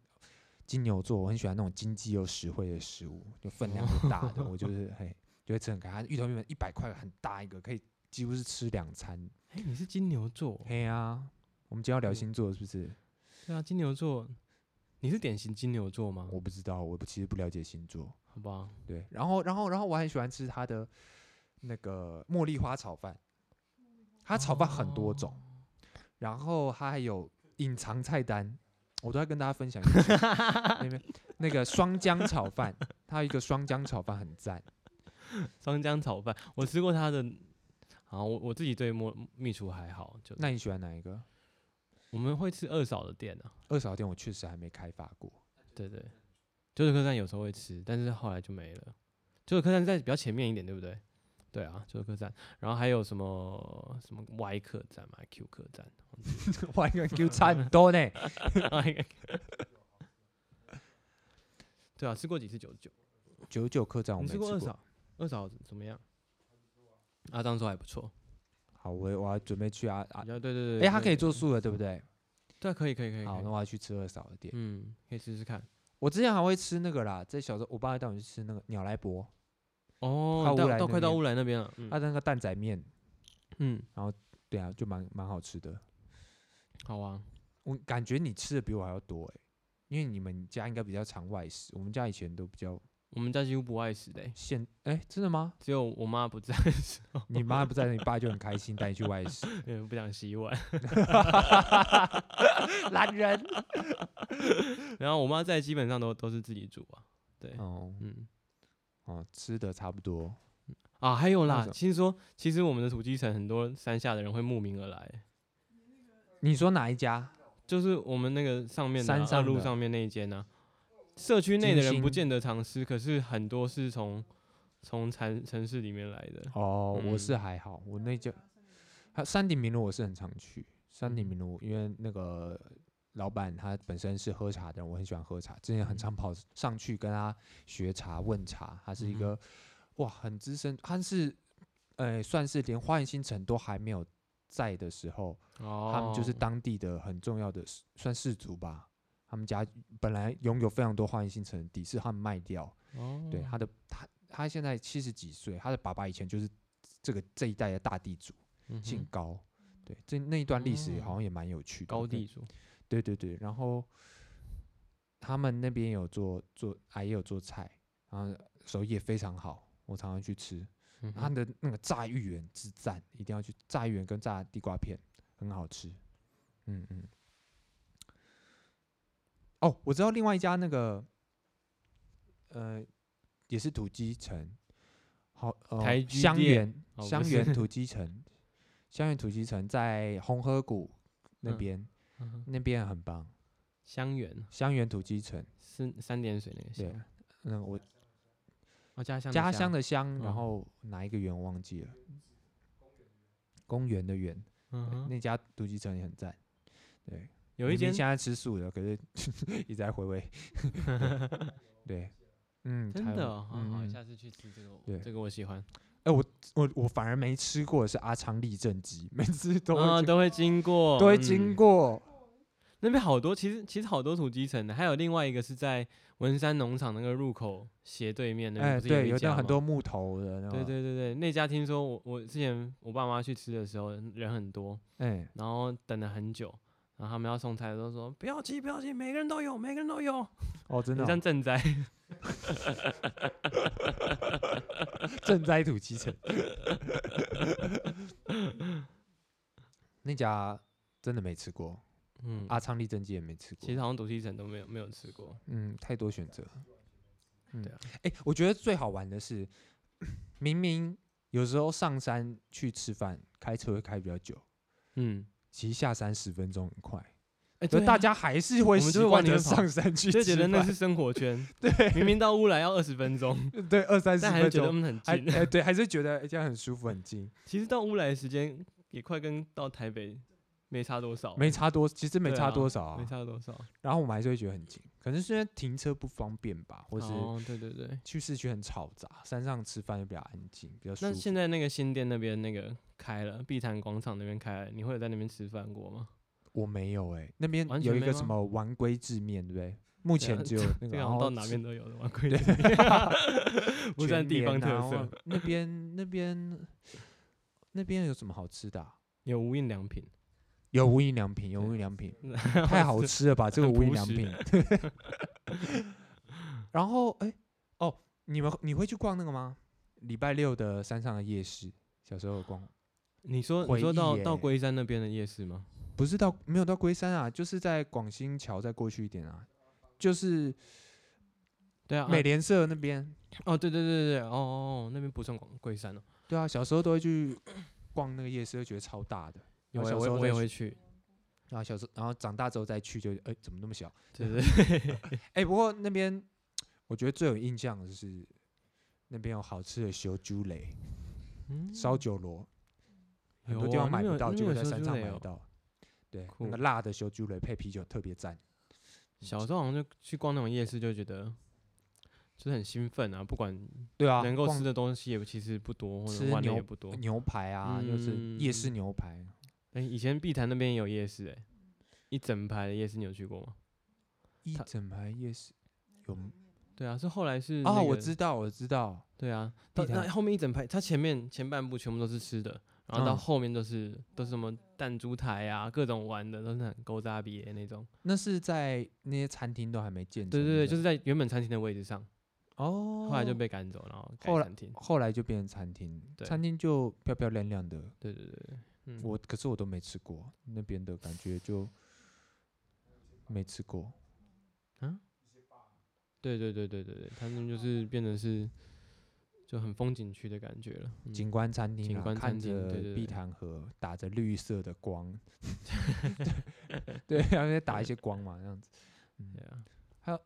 C: 金牛座，我很喜欢那种经济又实惠的食物，就分量又大 的，我就是嘿，就会吃很开心。它芋头米粉一百块很大一个，可以几乎是吃两餐。
B: 哎，你是金牛座，
C: 嘿啊，我们今天要聊
B: 嗯
C: 星座是不是？
B: 对啊，金牛座，你是典型金牛座吗？
C: 我不知道，我不其实不了解星座。
B: 好吧，
C: 对，然后然后然后我很喜欢吃它的那个茉莉花炒饭，它炒饭很
B: 哦
C: 多种，然后它还有隐藏菜单，我都要跟大家分享一 下那边那个双姜炒饭，它有一个双姜炒饭很赞，
B: 双江炒饭，我吃过他的。好，我我自己对莫蜜厨还好，就
C: 那你喜欢哪一个？
B: 我们会吃二嫂的店啊，
C: 二嫂店我确实还没开发 过，
B: 对对，九九客栈有时候会吃，但是后来就没了。九九客栈在比较前面一点，对不对？对啊，九九客栈，然后还有什么什么 Y 客栈嘛，Q 客栈，
C: 哇，一个 Q 差很多呢。
B: 对啊，吃过几次九九，
C: 九九客栈我
B: 你吃
C: 没吃
B: 过二
C: 过，
B: 嫂？二嫂怎么样？阿张说还不错，
C: 好，我我要准备去啊啊
B: 比，较对对对，
C: 哎，它可以
B: 对
C: 做素的，对不对？
B: 对，啊可以可以可以。
C: 好，
B: 可以
C: 那我要去吃二嫂的店。
B: 嗯，可以试试看。
C: 我之前还会吃那个啦，在小时候我爸会带我去吃那个鸟来伯，
B: 哦
C: 靠，乌
B: 到
C: 来
B: 到
C: 那
B: 快到
C: 边啊
B: 乌来那边了。嗯
C: 他、的那个蛋仔面，
B: 嗯，
C: 对啊，就蛮蛮好吃的。
B: 好啊。
C: 我感觉你吃的比我还要多哎、因为你们家应该比较常外食，我们家以前都比较
B: 我们家几乎不爱吃的欸、
C: 现哎、真的吗？
B: 只有我妈不在 的时候，
C: 你妈不在，你爸就很开心带你去外食，
B: 因为不想洗碗。
C: 男人。
B: 然后我妈在，基本上都都是自己煮啊。对，
C: 哦
B: 嗯
C: 哦，吃的差不多，
B: 啊，还有
C: 那
B: 啦
C: 什，么
B: 其实说，其实我们的土鸡城很多山下的人会慕名而来欸。
C: 你说哪一家？
B: 就是我们那个上面的啊
C: 山上
B: 二路
C: 的
B: 上面那一间呢、社区内的
C: 金
B: 人不
C: 星
B: 见得常吃，可是很多是从从城城市里面来的。
C: 哦，我
B: 嗯
C: 是还好，我那家还有山顶名炉我是很常去。山顶
B: 嗯
C: 名炉，因为那个老板他本身是喝茶的人，我很喜欢喝茶，之前
B: 嗯
C: 很常跑上去跟他学茶问茶。他是
B: 嗯
C: 一
B: 哼
C: 个、哇，很资深，他是呃算是连花园新城都还没有在的时候，
B: 哦，
C: 他们就是当地的很重要的氏算氏族吧。他们家本来拥有非常多花园新城的地，是他们卖掉，
B: 哦
C: 对，他的他他现在七十几岁，他的爸爸以前就是这个这一代的大地主，
B: 嗯
C: 姓
B: 哼
C: 高。对，这那一段历史好
B: 哦
C: 像也蛮有趣的。
B: 高
C: 跟
B: 地，主，
C: 对对对。然后他们那边有做做，啊也有做菜，然后手艺也非常好，我常常去吃。
B: 嗯
C: 他
B: 哼
C: 的那个炸芋圆之赞，一定要去炸芋圆跟炸地瓜片，很好吃。嗯嗯。哦，我知道另外一家那个，呃，也是土鸡城，好，呃，
B: 台居
C: 香
B: 店
C: 园
B: 哦不
C: 香
B: 是
C: 园土鸡城，香园土鸡城在红河谷那
B: 嗯
C: 边，
B: 嗯哼
C: 那边很棒。
B: 香园
C: 香园土鸡城，
B: 是三点水那个
C: 对
B: 香，，
C: 嗯，我
B: 哦家乡
C: 家乡
B: 乡，
C: 的乡，然
B: 嗯
C: 后哪一个园我忘记了，公园的园。
B: 嗯
C: 对
B: 哼
C: 那家毒鸡城也很赞。对，
B: 有一
C: 明明
B: 间
C: 现在吃素的，可是 一直在 回味。对对，嗯，
B: 真
C: 台
B: 的
C: 湾
B: 哦，好好
C: 嗯
B: 下次去吃这个我
C: 对，
B: 这个我喜欢，
C: 哎、我我我反而没吃过的是阿昌立正鸡，每次都
B: 啊
C: 会经、
B: 都会经过，
C: 都会经
B: 嗯
C: 过。
B: 那边好多，其实其实好多土鸡城的，还有另外一个是在文山农场那个入口斜对面那边，
C: 哎、
B: 不是
C: 对，
B: 一
C: 有
B: 家
C: 那很
B: 吗
C: 多。木头的那种。
B: 对对对对，那家听说我我之前我爸妈去吃的时候人很多，
C: 哎、
B: 然后等了很久，然后他们要送菜的时候说不要急不要急，每个人都有每个人都有，
C: 哦，真的、
B: 很像
C: 哦，
B: 赈 灾。
C: 赈灾土 鸡城。那家真的没吃过，
B: 嗯
C: 阿
B: 啊，
C: 昌立正鸡也没吃过。
B: 其实好像土鸡城都没有没有吃过。
C: 嗯，太多选择。嗯，
B: 对啊
C: 哎、我觉得最好玩的是，明明有时候上山去吃饭，开车会开比较久，
B: 嗯，
C: 其实下山十分钟很快，
B: 哎、
C: 可
B: 对啊
C: 大家还是
B: 我
C: 会
B: 们就
C: 习
B: 会
C: 惯
B: 往里
C: 着
B: 面跑
C: 上山去吃
B: 就觉
C: 饭，
B: 得那是生活 圈，对，明明到乌来要二十分钟，
C: 对二三十
B: 但还是
C: 分
B: 觉得
C: 钟，
B: 嗯很
C: 还
B: 近。
C: 哎、对，还是觉得、哎这样很舒服很近，
B: 其实到乌来的时间也快跟到台北没差多少，
C: 没差多，其实没
B: 哦对
C: 差
B: 啊
C: 多少啊。
B: 没差多少。
C: 然后我们还是会觉得很近，可能是因为停车不方便吧，或是
B: 哦，对对对。
C: 去市区很嘈杂，山上吃饭就比较安静，比较舒
B: 那
C: 服。
B: 现在那个新店那边那个开了，碧潭广场那边开了，你会有在那边吃饭过吗？
C: 我没有哎、那边
B: 完
C: 有
B: 全
C: 一
B: 没
C: 个什
B: 吗
C: 么丸龟制面，对不对？目
B: 对啊
C: 前只有那
B: 这
C: 个，
B: 个
C: 然
B: 好像
C: 后
B: 到哪
C: 吃
B: 边都有的，蛮贵 的，不
C: 全
B: 算地
C: 联
B: 方
C: 啊
B: 特
C: 或
B: 色。
C: 那边那边那边有什么好吃的啊、
B: 有无印良品，
C: 有无印良品，有
B: 对
C: 无印 良品，太好吃了吧？这个
B: 很
C: 无印
B: 朴
C: 良
B: 实
C: 品。 然后哎、哦，你们你会去逛那个吗？礼拜六的山上的夜市，小时候有逛，
B: 你说
C: 回
B: 你说到
C: 忆
B: 到
C: 耶
B: 龟山那边的夜市吗？
C: 不是到没有到龟山啊，就是在广兴桥再过去一点啊，就是
B: 对啊，啊
C: 美联社那边。
B: 哦，对对对对，哦哦，哦那边不算广龟山哦。
C: 对啊，小时候都会去逛那个夜市，会觉得超大的。
B: 有
C: 然
B: 欸
C: 后
B: 我也
C: 小时候
B: 我也
C: 再
B: 会
C: 去，
B: 去，
C: 然后小时候，然后长大之后再去就，哎，怎么那么小？
B: 对对，
C: 哎，不过那边我觉得最有印象的就是那边有好吃的烧猪雷、
B: 嗯
C: 烧酒螺， 很
B: 有
C: 多地方
B: 哦那
C: 买
B: 边
C: 不
B: 有
C: 到，
B: 那
C: 结
B: 边
C: 果
B: 有
C: 在
B: 烧
C: 山
B: 猪
C: 上
B: 雷
C: 买
B: 哦
C: 得到。对，那
B: 酷
C: 个辣的烧猪雷配啤酒特别赞。
B: 小时候好像就去逛那种夜市，就觉得就是很兴奋啊，不管
C: 对啊，
B: 能够
C: 逛
B: 吃的东西也其实不多，或
C: 吃
B: 者玩的
C: 牛
B: 也不多。
C: 牛排啊，又是夜市牛排，
B: 哎、以前碧潭那边也有夜市、欸，一整排的夜市，你有去过吗？
C: 一
B: 它
C: 整排夜市有
B: 对啊，是后来是、那
C: 啊，
B: 个
C: 我知道，我知道，
B: 对啊，
C: 碧
B: 到那
C: 潭
B: 后面一整排，它前面前半部全部都是吃的，然后到
C: 嗯
B: 后面都是、都是什么弹珠台啊，各种玩的，都是很勾搭比的那种。
C: 那是在那些餐厅都还没建成
B: 对
C: 的，
B: 对对，就是在原本餐厅的位置上，
C: 哦，
B: 后来就被赶走，然后改
C: 后来
B: 餐厅。
C: 后来就变成餐厅，
B: 对
C: 餐厅就漂漂亮亮的。
B: 对对对对，嗯，
C: 我可是我都没吃过，那边的感觉就没吃过。
B: 对对对对对对，他们就是变成是，就很风景区的感觉了。嗯
C: 景观餐厅
B: 景
C: 啦，
B: 观
C: 看
B: 餐厅对
C: 着
B: 对
C: 碧
B: 对
C: 潭河打着绿色的 光，对， 然后在打一些光嘛，这样子。
B: 对啊，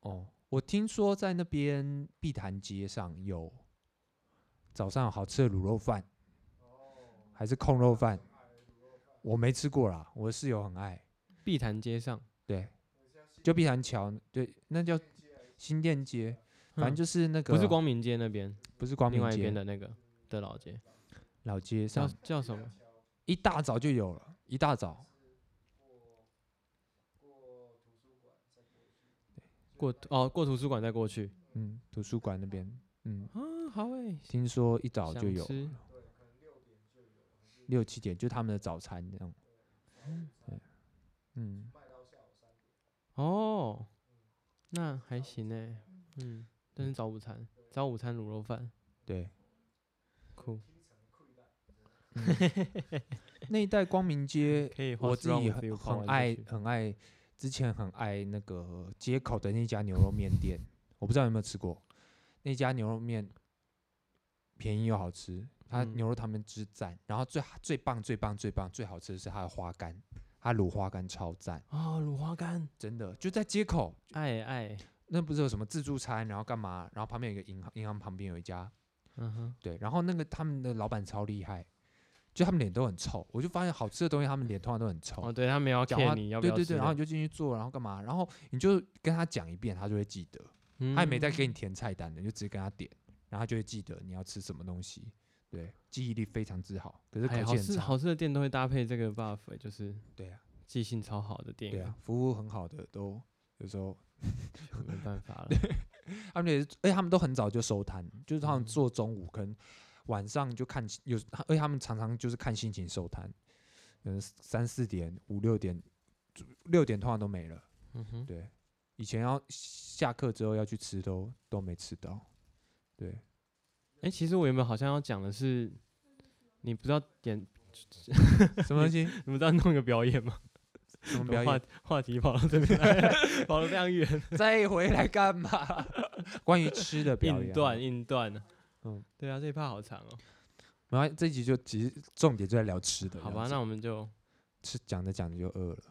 C: 哦，我听说在那边碧潭街上有早上有好吃的卤肉饭，还是控肉饭，我没吃过啦，我的室友很爱。
B: 碧潭街上，
C: 对，就碧潭桥，对，那叫新店街，反正
B: 嗯
C: 就是那个
B: 不是光明街那边，
C: 不是啊光
B: 另
C: 明
B: 外一边
C: 街
B: 的那个的老街，
C: 老街
B: 叫
C: 上，
B: 叫什么？
C: 一大早就有了，一大早。
B: 过哦，过图书馆再过去。
C: 嗯，图书馆那边，嗯，
B: 嗯，好诶，
C: 听说一早
B: 想
C: 就有，
B: 吃
C: 六七点就他们的早餐那种。对嗯，
B: 哦，那还行诶，嗯，但是早午餐，早午餐卤肉饭，
C: 对，
B: 酷，
C: 那一带光明街，
B: 可以花
C: 我自己很很爱
B: 去
C: 很爱，之前很爱那个街口的那家牛肉面店，我不知道有没有吃过，那家牛肉面便宜又好吃，它
B: 嗯
C: 牛肉汤面之赞，然后最最棒最棒最棒最好吃的是它的花干，它卤花干超赞，
B: 哦，卤花干，
C: 真的就在街口，
B: 爱爱，
C: 那不是有什么自助餐，然后干嘛？然后旁边有一个银行，银行旁边有一家，
B: 嗯哼，
C: 对，然后那个他们的老板超厉害，就他们脸都很臭，我就发现好吃的东西他们脸通常都很臭，
B: 哦，对他们也要
C: 讲话
B: care 你要不
C: 对
B: 要
C: 对
B: 吃
C: 对，
B: 的，
C: 然后你就进去做，然后干嘛？然后你就跟他讲一遍，他就会记得，他也没再
B: 嗯
C: 给你填菜单的，你就直接跟他点，然后他就会记得你要吃什么东西，对，记忆力非常之好，可是口
B: 哎，好
C: 气很
B: 吃
C: 差，
B: 好吃的店都会搭配这个 buff，欸就是
C: 对啊，
B: 记性超好的店，
C: 对啊，，服务很好的都有时候
B: 没办法了。
C: 他们也是，而且他们都很早就收摊，就是他们
B: 嗯
C: 做中午跟晚上就看有，而且他们常常就是看心情收摊，嗯，三四点、五六点、六点通常都没了。
B: 嗯哼，
C: 对，以前要下课之后要去吃都都没吃到。 对，
B: 哎、其实我原本好像要讲的是，你不知道演，
C: 什么东西？
B: 你不知道弄个表演吗？
C: 什
B: 我
C: 么 表
B: 话
C: 演？
B: 话题跑到这边 来，跑得非常远，
C: 再回来干嘛？ 关于吃 的表
B: 硬
C: 演，啊
B: 断硬断。
C: 嗯
B: 嗯，对啊，这一趴好长哦。
C: 然后这一集就其实重点就在聊吃的。
B: 好
C: 这
B: 吧，
C: 样子
B: 那我们就，
C: 吃讲着讲着就饿了。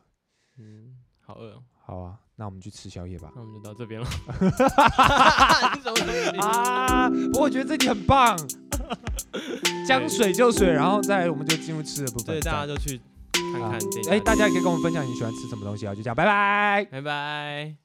B: 嗯，好饿、哦，
C: 好啊，那我们去吃宵夜吧。
B: 那我们就到这 边了。 你怎么
C: 啊！不过我觉得这里很 棒，江水就水，然后再来我们就进入吃的部分。
B: 对，大家
C: 就
B: 就去看看这一家店
C: 哎，啊大家也可以跟我们分享你喜欢吃什么东西啊，就这样，拜拜。
B: 拜拜。